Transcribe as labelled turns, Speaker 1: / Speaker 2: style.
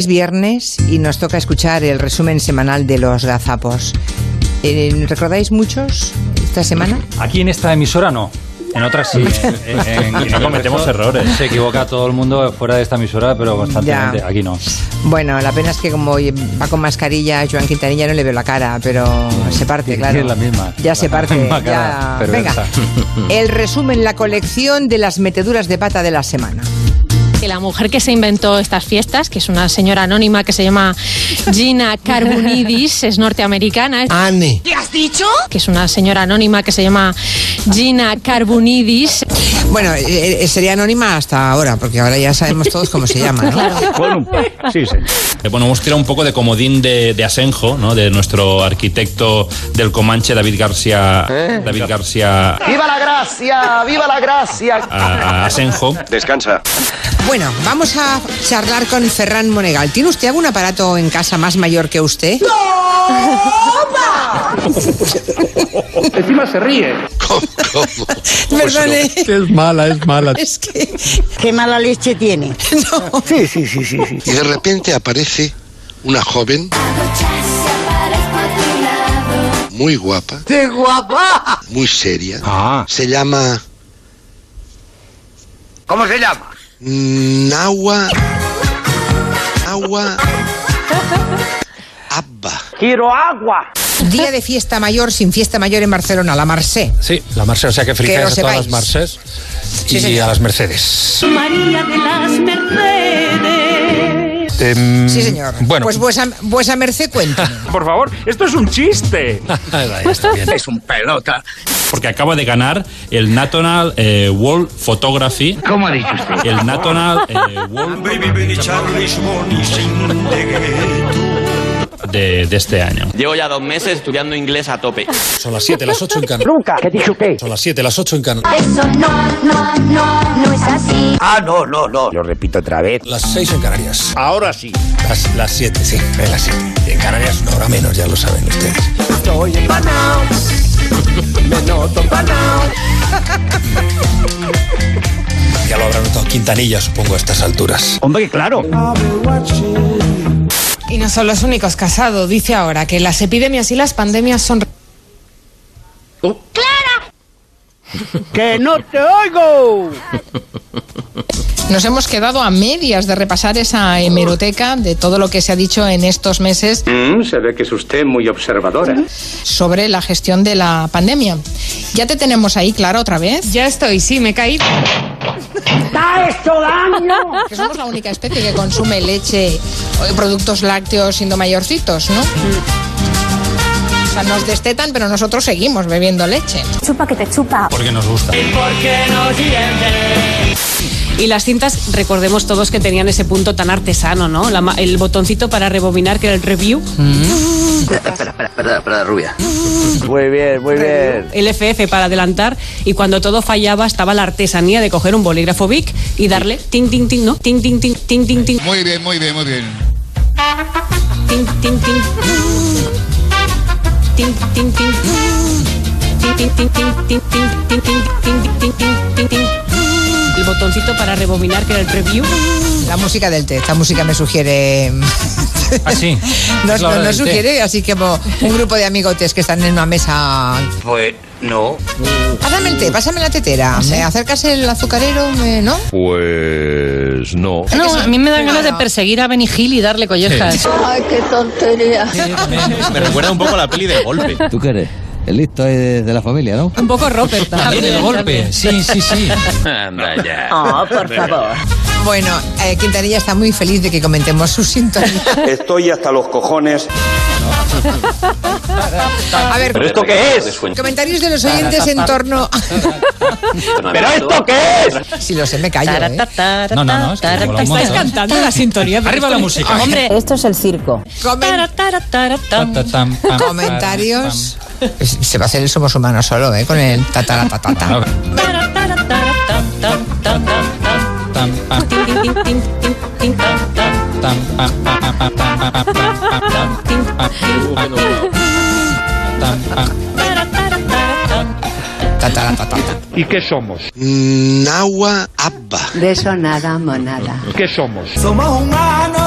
Speaker 1: Es viernes y nos toca escuchar el resumen semanal de los gazapos. Eh, ¿Recordáis muchos esta semana?
Speaker 2: Aquí en esta emisora no. En otras sí. En- en- en el
Speaker 3: cometemos
Speaker 2: resto
Speaker 3: errores.
Speaker 2: Se equivoca todo el mundo fuera de esta emisora, pero constantemente.
Speaker 1: Ya.
Speaker 2: Aquí no.
Speaker 1: Bueno, la pena es que como va con mascarilla, Joan Quintanilla no le veo la cara, pero se parte,
Speaker 2: Sí,
Speaker 1: claro.
Speaker 2: es la misma.
Speaker 1: Ya se
Speaker 2: La
Speaker 1: parte.
Speaker 2: misma cara
Speaker 1: ya. Venga,
Speaker 2: perversa.
Speaker 1: el resumen, la colección de las meteduras de pata de la semana.
Speaker 4: que la mujer que se inventó estas fiestas, que es una señora anónima que se llama Gina Carbonidis, es norteamericana.
Speaker 5: Anne.
Speaker 4: Que es una señora anónima que se llama Gina Carbonidis.
Speaker 1: Bueno, eh, eh, sería anónima hasta ahora, porque ahora ya sabemos todos cómo se llama, ¿no?
Speaker 3: Eh, Bueno, hemos tirado un poco de comodín de, de Asenjo, ¿no? De nuestro arquitecto del Comanche, David García. David García
Speaker 6: ¡Viva la gracia! ¡Viva la gracia!
Speaker 3: a- a Asenjo.
Speaker 7: Descansa.
Speaker 1: Bueno, vamos a charlar con Ferran Monegal. ¿Tiene usted algún aparato en casa más mayor que usted?
Speaker 8: Encima se ríe.
Speaker 4: Pues
Speaker 1: Perdone,
Speaker 5: Es mala, es mala.
Speaker 1: Pues es que
Speaker 9: Qué mala leche tiene.
Speaker 1: no.
Speaker 8: Sí, sí, sí, sí, sí.
Speaker 10: y de repente aparece una joven muy guapa,
Speaker 6: ¡Qué guapa!
Speaker 10: muy seria. Se llama
Speaker 6: ¿Cómo se llama?
Speaker 10: Nawa Nawa Abba.
Speaker 8: Quiero agua.
Speaker 1: Día de fiesta mayor sin fiesta mayor en Barcelona, la Marse.
Speaker 11: Sí, la Merced, o sea que
Speaker 1: Que lo
Speaker 11: felicidades a todas las
Speaker 1: sepáis.
Speaker 11: Mercedes
Speaker 1: Sí,
Speaker 11: y
Speaker 1: señor.
Speaker 11: a las Mercedes.
Speaker 9: María de las Mercedes.
Speaker 11: Em,
Speaker 4: Mm,
Speaker 1: Sí, señor.
Speaker 11: Bueno,
Speaker 1: Pues vuesa, vuesa merced cuéntame.
Speaker 8: Por favor, esto es un chiste.
Speaker 11: Ahí Pues está bien.
Speaker 8: Es un pelota.
Speaker 3: Porque acaba de ganar el National eh, World Photography.
Speaker 8: ¿Cómo ha dicho usted?
Speaker 3: El National eh, World de, de este año.
Speaker 7: Llevo ya dos meses estudiando inglés a tope.
Speaker 11: Son las 7, las 8 en Canarias.
Speaker 8: Nunca. ¿Qué dicho qué?
Speaker 11: Son las 7, las 8 en Canarias.
Speaker 9: Eso no, no, no, no es así.
Speaker 8: Ah, no, no, no. Lo repito otra vez.
Speaker 11: Las 6 en Canarias.
Speaker 8: Ahora sí.
Speaker 11: Las, las 7, sí, en las 7. En Canarias una hora menos, ya lo saben ustedes.
Speaker 6: Estoy empanao. Me noto empanao.
Speaker 11: Ya lo habrán notado Quintanilla, supongo, a estas alturas.
Speaker 8: Hombre, claro.
Speaker 4: Y no son los únicos casados. Dice ahora que las epidemias y las pandemias son...
Speaker 8: ¡Que no te oigo!
Speaker 4: Nos hemos quedado a medias de repasar esa hemeroteca de todo lo que se ha dicho en estos meses
Speaker 8: Mm, se ve que es usted muy observadora.
Speaker 4: sobre la gestión de la pandemia. ¿Ya te tenemos ahí, Clara, otra vez? Ya estoy, sí, me caí.
Speaker 6: ¡Da esto daño!
Speaker 4: Que somos la única especie que consume leche, eh, productos lácteos siendo mayorcitos, ¿no? O sea, nos destetan, pero nosotros seguimos bebiendo leche.
Speaker 9: Chupa que te chupa.
Speaker 3: Porque nos gusta.
Speaker 9: Y las cintas, recordemos todos que tenían ese punto tan artesano, ¿no? La ma- el botoncito para rebobinar, que era el review.
Speaker 7: Espera, espera, espera, espera, rubia.
Speaker 8: Muy bien, muy bien.
Speaker 9: El FF para adelantar. Y cuando todo fallaba, estaba la artesanía de coger un bolígrafo Bic y darle ting, ting, ting, ¿no? Ting, ting, ting, ting, ting, ting,
Speaker 5: Muy bien, muy bien, muy bien.
Speaker 9: ting, ting, ting. Ting, ting, ting. Ting, ting, ting, ting, ting, ting, ting, ting, ting, ting, ting, ting, ting, ting. El botoncito para rebobinar, que era el review.
Speaker 1: La música del té, esta música me sugiere.
Speaker 2: Ah, sí.
Speaker 1: Nos,
Speaker 2: Es la hora
Speaker 1: nos- nos
Speaker 2: del té.
Speaker 1: sugiere, así que como un grupo de amigotes que están en una mesa.
Speaker 8: Pues no.
Speaker 1: Pásame el té, pásame la tetera. ¿Me acercas el azucarero? me- ¿No?
Speaker 3: Pues no.
Speaker 4: No, a mí me dan
Speaker 1: ganas de
Speaker 4: perseguir a Benny Hill y darle collejas.
Speaker 9: Ay, qué tontería.
Speaker 3: Me recuerda un poco a la peli de golpe.
Speaker 11: ¿Tú qué eres? El listo de, la familia, ¿no?
Speaker 9: Un poco Robert
Speaker 2: También el golpe. Sí, sí, sí.
Speaker 6: Oh, por favor.
Speaker 1: Bueno, eh, Quintanilla está muy feliz de que comentemos su sintonía.
Speaker 8: Estoy hasta los cojones.
Speaker 1: A ver,
Speaker 8: esto qué es?
Speaker 1: comentarios de los oyentes en torno.
Speaker 8: ¿Pero esto qué es?
Speaker 1: si lo sé, me callo. ¿eh?
Speaker 2: No, no, no. Es que mola un
Speaker 9: Estáis
Speaker 2: montón.
Speaker 9: cantando la sintonía. pero
Speaker 2: Arriba la
Speaker 9: esto-
Speaker 2: música.
Speaker 9: Hombre.
Speaker 1: Comen-
Speaker 2: Ta, ta, tam, pam,
Speaker 1: comentarios. Se va a hacer el Somos Humanos solo, ¿eh? Con el tatara tatata.
Speaker 2: pam, pam. Tam, pam, tam, pam, pam, pam, pam, pam, pam, pam, pam, pam, pam, pam, pam, pam.
Speaker 1: Tatara tatata.
Speaker 8: ¿Y qué somos?
Speaker 10: Nawa Abba.
Speaker 9: De eso nada, monada.
Speaker 8: ¿Qué somos?
Speaker 6: Somos humanos.